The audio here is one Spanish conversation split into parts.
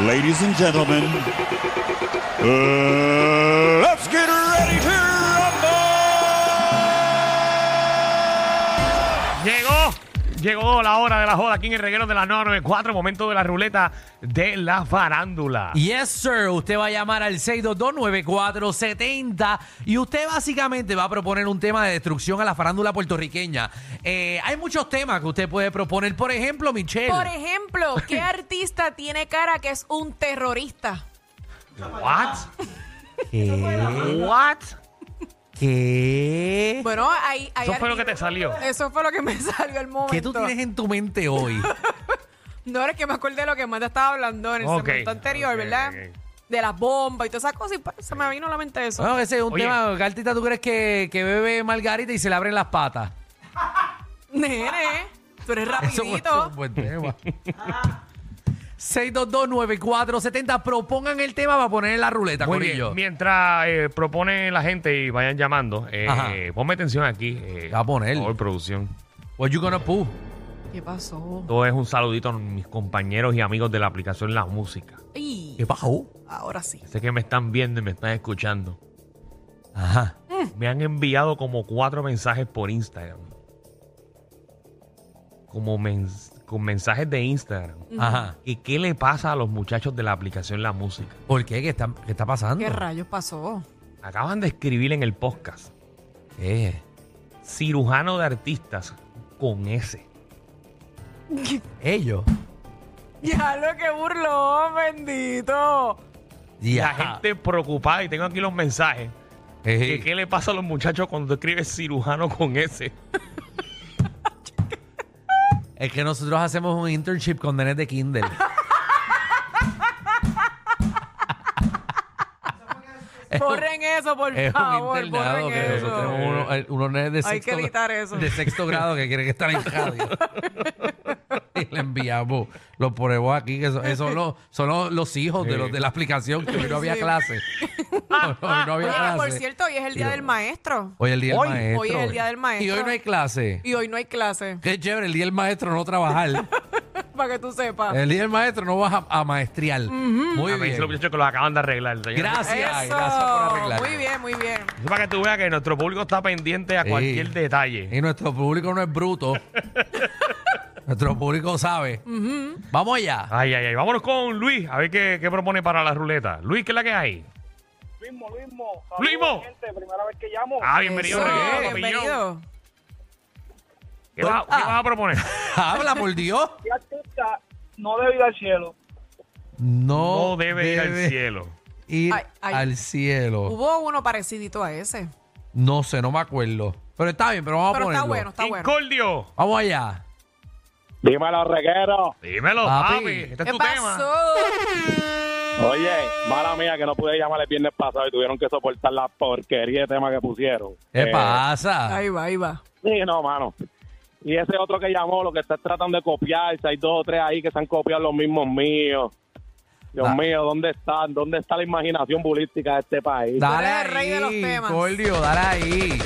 Ladies and gentlemen, uh, let's get ready to rumble! Llegó, llegó la hora de la joda aquí en el reguero de la 994, momento de la ruleta de la farándula. Yes, sir. Usted va a llamar al 6229470 y usted básicamente va a proponer un tema de destrucción a la farándula puertorriqueña. Eh, hay muchos temas que usted puede proponer. Por ejemplo, Michelle. Por ejemplo, ¿qué artista tiene cara que es un terrorista? What? What? ¿Qué? Bueno, hay, hay Eso fue lo que arti- te salió. Eso fue lo que me salió el momento. ¿Qué tú tienes en tu mente hoy? No, es que me acordé de lo que Manda estaba hablando en el Ok, segmento anterior, ok, ¿verdad? ok. De las bombas y todas esas cosas y pues, se me vino a la mente eso. Bueno, ese es un Oye. tema. ¿Qué artista tú crees que, que bebe margarita y se le abren las patas? Nene, tú eres Eso fue- rapidito. eso fue un buen tema. 6229470. Propongan el tema para poner en la ruleta, Muy bien, Corillo. Mientras eh, propone la gente y vayan llamando, eh, Ajá. ponme atención aquí. eh, Va a poner. Por favor, producción. What you gonna poo? ¿Qué pasó? Todo es un saludito a mis compañeros y amigos de la aplicación La Música. Y ¿Qué Ah. pasó? ahora sí. Sé que me están viendo y me están escuchando. Ajá. Me han enviado como cuatro mensajes por Instagram. Como mens- con mensajes de Instagram. Ajá. ¿Y qué le pasa a los muchachos de la aplicación La Música? ¿Por qué? ¿Qué está, qué está pasando? ¿Qué rayos pasó? Acaban de escribir en el podcast ¿Qué? cirujano de artistas con S. Ellos. Ya lo que burló, bendito. La gente preocupada, y tengo aquí los mensajes. Ey. que ¿Qué le pasa a los muchachos cuando escribes cirujano con S? Es que nosotros hacemos un internship con nenes de Kindle. Borren eso, por es un favor. internado Borren que eso. nosotros tenemos unos, eh, unos nenes de Hay sexto que editar eso. De sexto grado que quieren que estén en radio. y le enviamos, los ponemos aquí, que son, eh, son los, son los, los hijos de los de la aplicación, que hoy no había Sí. clase. hoy no había Oye, clase. por cierto, hoy es el día del maestro. Hoy es el día Hoy- del hoy maestro. es el día del Y hoy maestro. no hay clase. Y hoy no hay clase, Qué chévere, el día del maestro no trabajar. para que tú sepas. El día del maestro no vas a, a maestrear. Muy A mí bien. dicen los muchachos que los acaban de arreglar. señor. Gracias, Eso. gracias por arreglar. Muy bien, muy bien. Eso para que tú veas que nuestro público está pendiente a Sí. cualquier detalle. Y nuestro público no es bruto. nuestro público sabe. Vamos allá. Ay, ay, ay. Vámonos con Luis, a ver qué, qué propone para la ruleta. Luis, ¿qué es la que hay? Luismo, Luismo. Luismo. Saludos, gente, primera vez que llamo. Ah, bienvenido, Eso, Luis, papillón. Oh, bienvenido. Ah. ¿Qué, va- qué vas a proponer? Habla, por Dios. ¿Qué artista no debe ir al cielo? No, Oh, No debe ir al cielo. ir Ay, ay. al cielo. Hubo uno parecidito a ese. No sé, no me acuerdo. Pero está bien, pero vamos a Pero ponerlo. está bueno, está bueno. Incordio. Vamos allá. Dímelo, reguero. Dímelo, Papi. papi. Este es ¿Qué tu tema. pasó? Oye, mala mía que no pude llamar el viernes pasado y tuvieron que soportar la porquería de tema que pusieron. ¿Qué Eh, pasa? Ahí va, ahí va. Sí, no, mano. Y ese otro que llamó, lo que está tratando de copiarse, hay dos o tres ahí que se han copiado los mismos míos. Dios Da- mío, ¿dónde están? ¿Dónde está la imaginación bulística de este país? dale eres el rey de los ahí, temas. Cordio, dale ahí.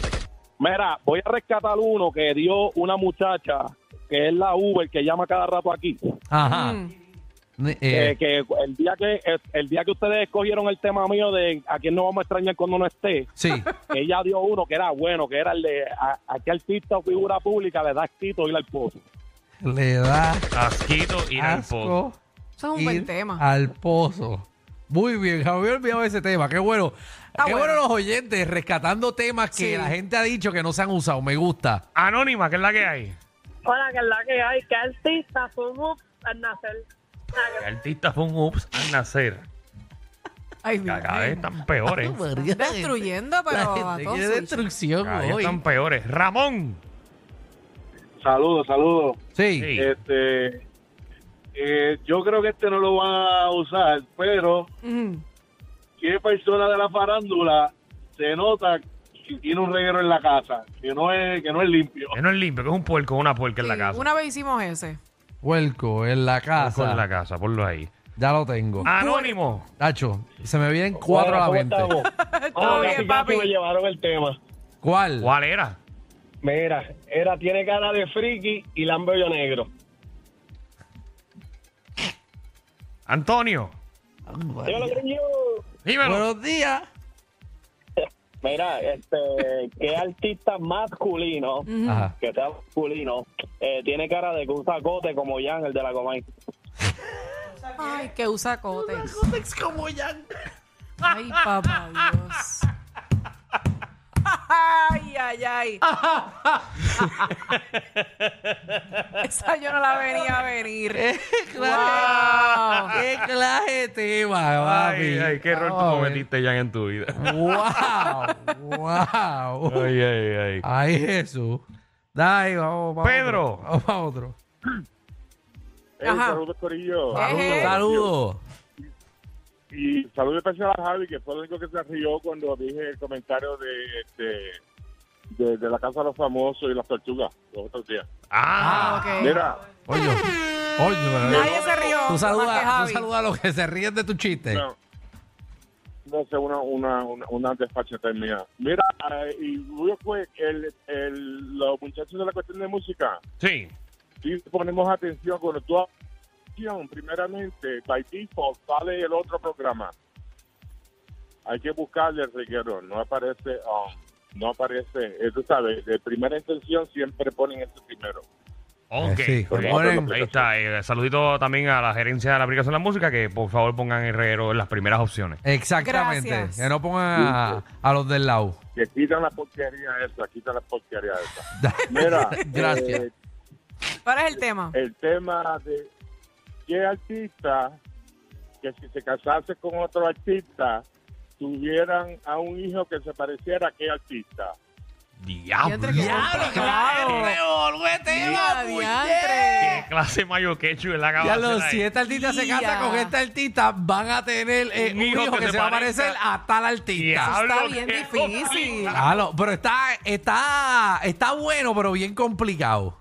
Mira, voy a rescatar uno que dio una muchacha que es la Uber que llama cada rato aquí. Ajá. Mm. Eh, Eh, que el día que el día que ustedes escogieron el tema mío de a quién no vamos a extrañar cuando no esté, sí. ella dio uno que era bueno, que era el de a, a qué artista o figura pública le da asquito ir al pozo. Le da Asquito ir al pozo. asco Eso es un ir buen tema. Al pozo. Muy bien, Javier, había olvidado ese tema. Qué bueno. Está Qué bueno. bueno. los oyentes rescatando temas que Sí. la gente ha dicho que no se han usado. Me gusta. Anónima, ¿qué es la que hay? Hola, que es la que hay, que artista somos al nacer. El artista fue un ups al nacer. Ay, Cada vez mira. están peores. Destruyendo, La pero a gente todos. quiere switch. destrucción Cada vez hoy. Ah, están peores. Ramón. Saludos, saludos. Sí. Sí. Este Eh, yo creo que este no lo van a usar, pero qué persona de la farándula se nota que tiene un reguero en la casa, que no es, que no es limpio. Que no es limpio, que es un puerco, una puerca en la Sí, casa. Una vez hicimos ese. Puerco en la Puerco casa. en la Ah. casa, ponlo ahí. Ya lo tengo. Anónimo. Tacho, se me vienen cuatro a la mente. Todo bien, papi. me llevaron el tema. ¿Cuál? ¿Cuál era? Mira, era tiene cara de friki y lambello negro. Antonio. Yo lo creo. Dímelo. Buenos días. Mira, este, qué artista masculino, Ajá. que sea masculino, eh, tiene cara de que usa gote como Jan, el de la Comay. Ay, que usa cótex. Cótex como ya. Ay, papá Dios. Ay, ay, ay. Esa yo no la venía a venir. Wow. ¡Qué clase de tema, papi! ah, Ay, ay, qué error tú Vamos a ver. cometiste, Jan, en tu vida. ¡Wow! ¡Wow! Ay, ay, ay. ¡Ay, Jesús! Dai, vamos, vamos. Pedro. otro. Vamos a otro. Ajá. Saludos, Corillo. Ejé. Saludos. Y saludos especial a Javi, que fue el único que se rió cuando dije el comentario de, este, de, de la Casa de los Famosos y las Tortugas los otros días. Ah, Ah, ok. Mira, Oye, oye, pero- Nadie se rió. tú más que saludas Javi. tú saludas a los que se ríen de tu chiste. no, no sé, una, una, una, una desfachatez mía. Mira, eh, y luego fue el, el, los muchachos de la cuestión de música. sí. si ponemos atención, cuando tú haces atención, primeramente, by default, sale el otro programa. Hay que buscarle el reguero, no aparece, um, no aparece, eh, tú sabes, de primera intención siempre ponen este primero. Ok. Eh, sí, Muy bien. ponen- Ahí está. eh, saludito también a la gerencia de la aplicación de la música que por favor pongan herrero en las primeras opciones. Exactamente. Gracias. Que no pongan a, a los del lado. Que quitan la porquería esa, quitan la porquería esa. Da- Mira, Gracias. eh, ¿Cuál es el tema? el tema de qué artista que si se casase con otro artista tuvieran a un hijo que se pareciera a qué artista. Diablo. Diantre, que- claro. Mira, diantre. Qué clase mayo quechu en la Ya cabeza. los si esta artista se casa Tía. con esta artista, van a tener eh, un hijo, que, se va parezca. a parecer a tal artista. Eso está bien difícil. Claro, pero está, está, está bueno, pero bien complicado.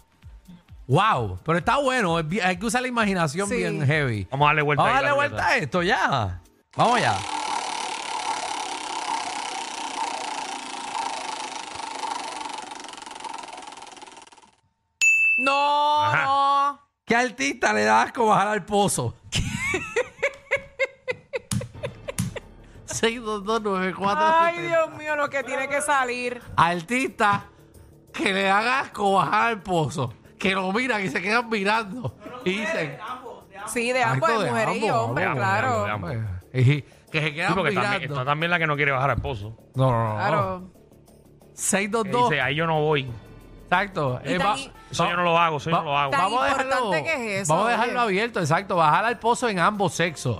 Wow, pero está bueno. es bien- Hay que usar la imaginación Sí. bien heavy. Vamos a darle vuelta. Vamos a ahí darle la vuelta ruleta. a esto ya. Vamos allá. No, Ajá. no. ¿Qué artista le das como bajar al pozo? 6229470. Ay, Dios mío, lo que tiene que salir. Artista que le hagas asco bajar al pozo. Que lo miran y se quedan mirando. Y dicen. Sí, de ambos, Acto de de Pues, mujer y ambos, hombre, Pues, de ambos, de ambos, de claro. ambos. Pues, Y que se quedan Sí, porque también, mirando. está también la que no quiere bajar al pozo. No, no, no. Claro. Que 622. dice, ahí yo no voy. Exacto. Y Eh, tan va- i- Eso va- yo no lo hago, eso yo va- no lo hago. Tan Vamos a dejarlo, importante que es eso, vamos a oye. dejarlo abierto, exacto. Bajar al pozo en ambos sexos.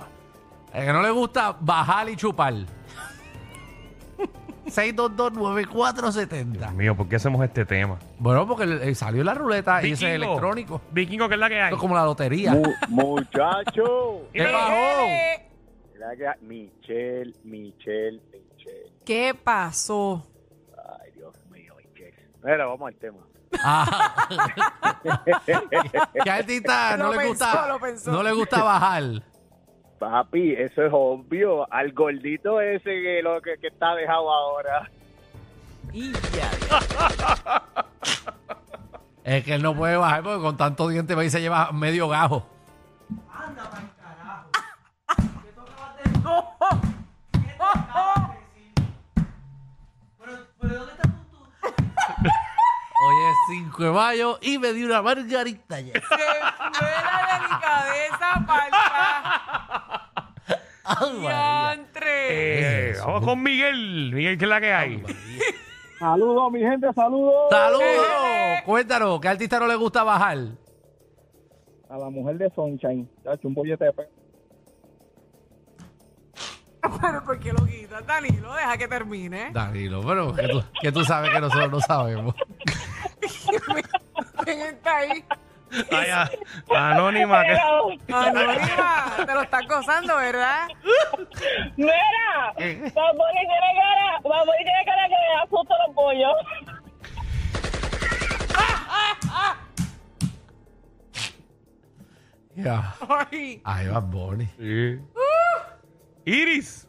El que no le gusta, bajar y chupar. 6229470. Dios mío, ¿por qué hacemos este tema? Bueno, porque eh, salió la ruleta y ese es electrónico. Vikingo, que es la que hay. Esto es como la lotería. muchacho. ¿Qué Dímelo. bajó? Eh, Mira que- Michelle, Michelle, Michelle. ¿Qué pasó? Ay, Dios mío, Michelle. Mira, vamos al tema. Ah. ¿Qué artista no Lo le pensó, gusta? lo pensó. No le gusta bajar. Papi, eso es obvio. Al gordito ese que, lo que, que está dejado ahora. Y ya. Es que él no puede bajar porque con tanto diente va y se lleva medio gajo. Hoy es 5 de mayo y me di una margarita ya. Se fue la delicadeza para Ay, María. diantre. Ah, Eh, es eso? vamos con Miguel. Miguel, que es la que hay. Saludos, mi gente, saludos. ¡Saludos! Cuéntanos, ¿qué artista no le gusta bajar? A la mujer de Sunshine. Chacho, un bollete de pe- Pero ¿por qué lo quitas, Danilo? Deja que termine. Danilo, pero que tú, que tú sabes que nosotros no sabemos. ¿Quién está ahí? Ay, a- anónima. que- Pero, Anónima, te lo estás gozando, ¿verdad? mira, Eh. vamos a tiene cara, vamos a tiene cara que le da susto a los pollos. Ya. Ay, Ay, Bad Bunny. Sí. Iris.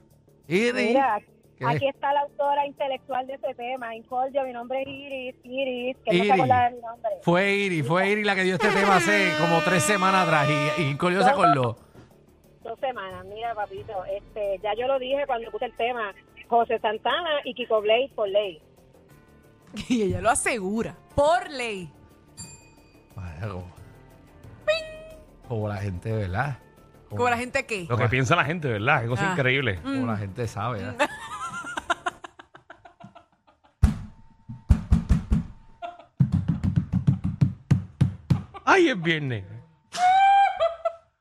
Iris. Mira, ¿Qué? aquí está la autora intelectual de ese tema, Incordio, mi nombre es Iris, Iris, que no Iris. se acuerda de mi nombre. Fue Iris, fue Iris la que dio este tema hace como tres semanas atrás y, y Corio se acordó. Dos semanas, mira papito, este, ya yo lo dije cuando puse el tema, José Santana y Kiko Blade por ley. y ella lo asegura, por ley. Madre, como, como la gente, ¿verdad? Como la gente que. Lo que piensa la gente, ¿verdad? Qué cosa Ah. increíble. como la gente sabe, ¿verdad? Ay, es viernes.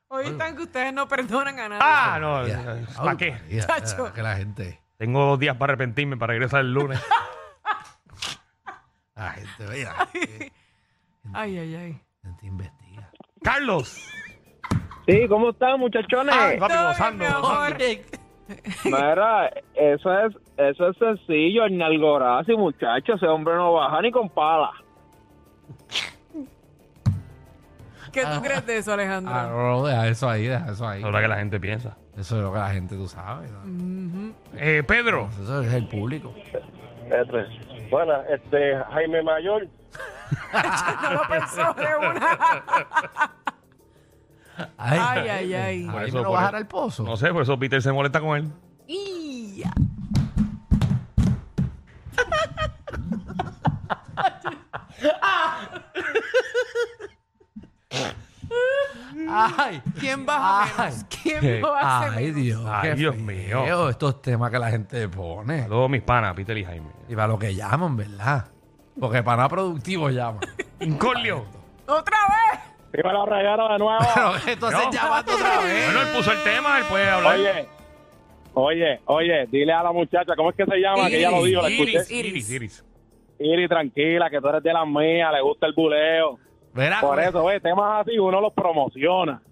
Hoy están que ustedes no perdonan a nadie. Ah, no. Ya. ¿Para qué? Ay, María, Mm. Chacho. Que la gente, Tengo dos días para arrepentirme para regresar el lunes. la gente, mira, que- Ay, ay, ay. la gente investiga. Carlos. Sí, ¿cómo están, muchachones? Ay, papi, Todo bien, gozando, mi gozando. amor. Mira, eso es, eso es sencillo, el nalgorazi, muchacho, ese hombre no baja ni con pala. ¿Qué tú crees de eso, Alejandro? Ah, no, no, deja eso ahí, deja eso ahí. Eso es lo que la gente piensa. Eso es lo que la gente, tú sabes. ¿no? Mm. Eh, Pedro. Eso es el público. Bueno, este, Jaime Mayor. No lo pensó de una. Ay, ay, ay. Por Por ahí eso, me lo por bajar eso. al pozo. No sé, por eso Peter se molesta con él. Y- Ay, ¿Quién baja Ay. menos? ¿Quién lo hace ay, menos? Dios. Ay, qué Dios feo, mío. Estos temas que la gente pone. Saludos a mis panas, Peter y Jaime. Y para lo que llaman, ¿verdad? Porque para nada productivo llaman. Incordio. ¡Otra vez! Dímelo, reguero, de nuevo. Pero entonces No. llamando otra vez. Bueno, él puso el tema, él puede hablar. Oye, oye, oye, dile a la muchacha, ¿cómo es que se llama? que ya lo dijo, la escuché. Iris, Iris, Iris, Iris. Iris. Iri, tranquila, que tú eres de la mía, le gusta el buleo. Verá, Por eso, ve, temas así uno los promociona.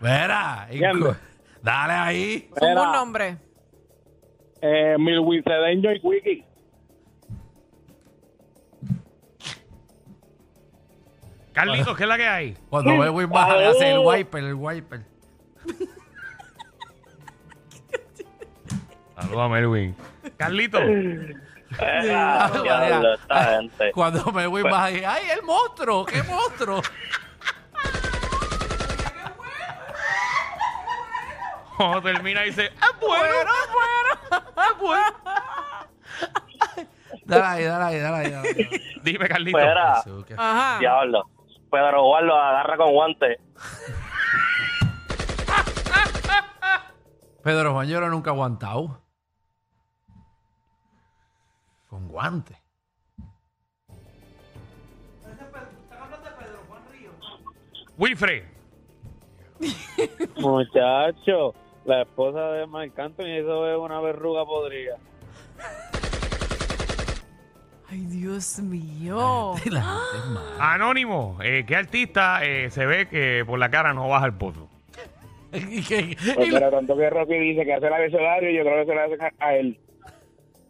verá. ¿Entiendes? Dale ahí. Pongo un Era- nombre. Eh, Milwisedeño y Wiki. Carlitos, ¿qué es la que hay? Cuando ve Win baja, le hace el wiper, el wiper. Saludos a Melvin. Carlitos. Ay, María. esta gente. Cuando me voy baja, dije, ay, el monstruo, qué monstruo. Cuando termina dice, ah, bueno. Bueno, bueno. Dale ahí, dale ahí, dale ahí. dale ahí. Dime, Carlitos. Jesús, qué- Ajá. Diablo. Pedro Juan lo agarra con guante. Pedro Juan Lloro nunca ha aguantado. Con guante. Wilfred. Muchacho, la esposa de Mike Anthony, eso es una verruga podrida. Ay, Dios Oh. mío. Y la gente es mala. Anónimo. Eh, ¿Qué artista eh, se ve que por la cara no baja el pozo? Y que- y Pues, la- pero tanto que Rocky dice que hace el abecedario, yo creo que se lo hacen a- a él.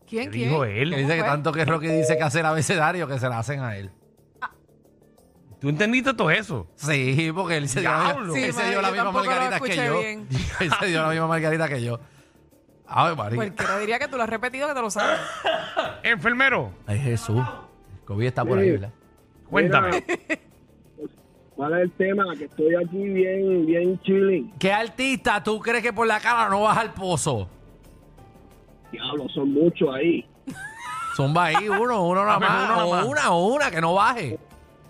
¿Quién, ¿Qué dijo quién? que él? dice que pues. tanto que Rocky dice que hace el abecedario que se la hacen a él. ¿Tú entendiste todo eso? Sí, porque él se dio, la- Diablo. él Sí, se madre, dio la yo misma tampoco lo margarita que escuché yo. bien. Él se dio la misma margarita que yo. Ay, María. Cualquiera diría que tú lo has repetido, que te lo sabes. Enfermero. Ay, Jesús. COVID está por ahí, ¿verdad? Cuéntame. ¿Cuál es el tema? Que estoy aquí bien, bien chilling. ¿Qué artista tú crees que por la cara no vas al pozo? Diablo, son muchos ahí. Zumba ahí, uno, uno nada Ah, pero más. uno nada o más. una, o una, que no baje.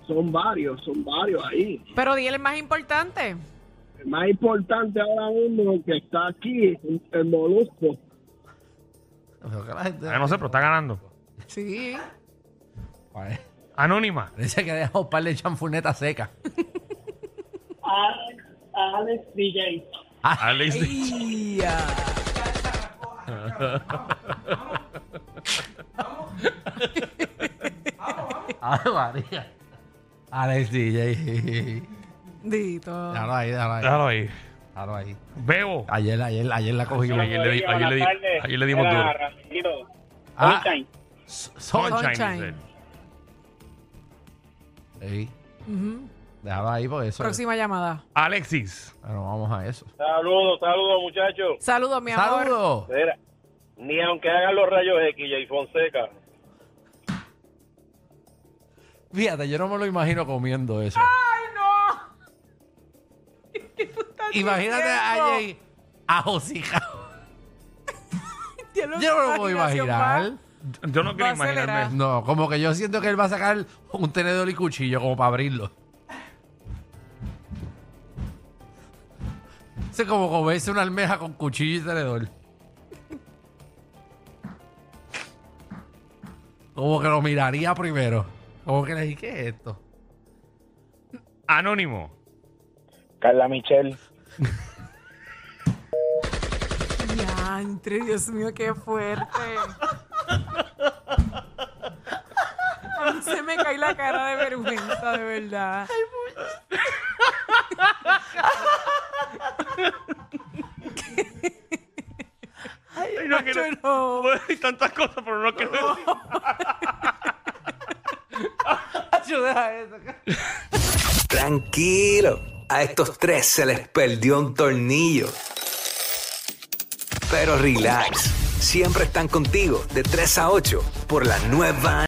Son varios, son varios ahí. Pero di el más importante. El más importante ahora mismo que está aquí, el molusco. Pero que la gente- Ah, no sé, pero está ganando. Sí. Ay, Anónima. Parece que deja un par de chanfunetas secas. Alex, Alex DJ. Alex. Ya. Ay, Ah, María. Alex DJ. Dito. Déjalo ahí, déjalo ahí. Déjalo ahí. Déjalo ahí. Bebo. Ayer, ayer, ayer la cogimos. Ayer le, di- ayer le di- ayer le dimos duro. Ah, Sunshine. S- Sunshine. Sunshine. Sunshine. dice. Sí. Ujú. Déjalo ahí porque eso. Próxima llamada. Alexis. Bueno, vamos a eso. Saludos, saludos, muchachos. Saludos, mi amor. ¡Saludos! Mira, ni aunque hagan los rayos X, Jay Fonseca. Fíjate, yo no me lo imagino comiendo eso. Imagínate a Jay ajosicado. Yo no Yo no lo puedo imaginar. Yo no quiero Va a acelerar. imaginarme. No, como que yo siento que él va a sacar un tenedor y cuchillo como para abrirlo. Eso es como comerse una almeja con cuchillo y tenedor. Como que lo miraría primero. Como que le dije, ¿qué es esto? Anónimo. Carla Michelle. Ya, entre Dios mío, qué fuerte. A mí se me cae la cara de vergüenza, de verdad. Ay, no, que no- Yo no. puedo decir tantas cosas, pero no quiero decir. Tranquilo, a estos tres se les perdió un tornillo. Pero relax, siempre están contigo de 3 a 8 por la nueva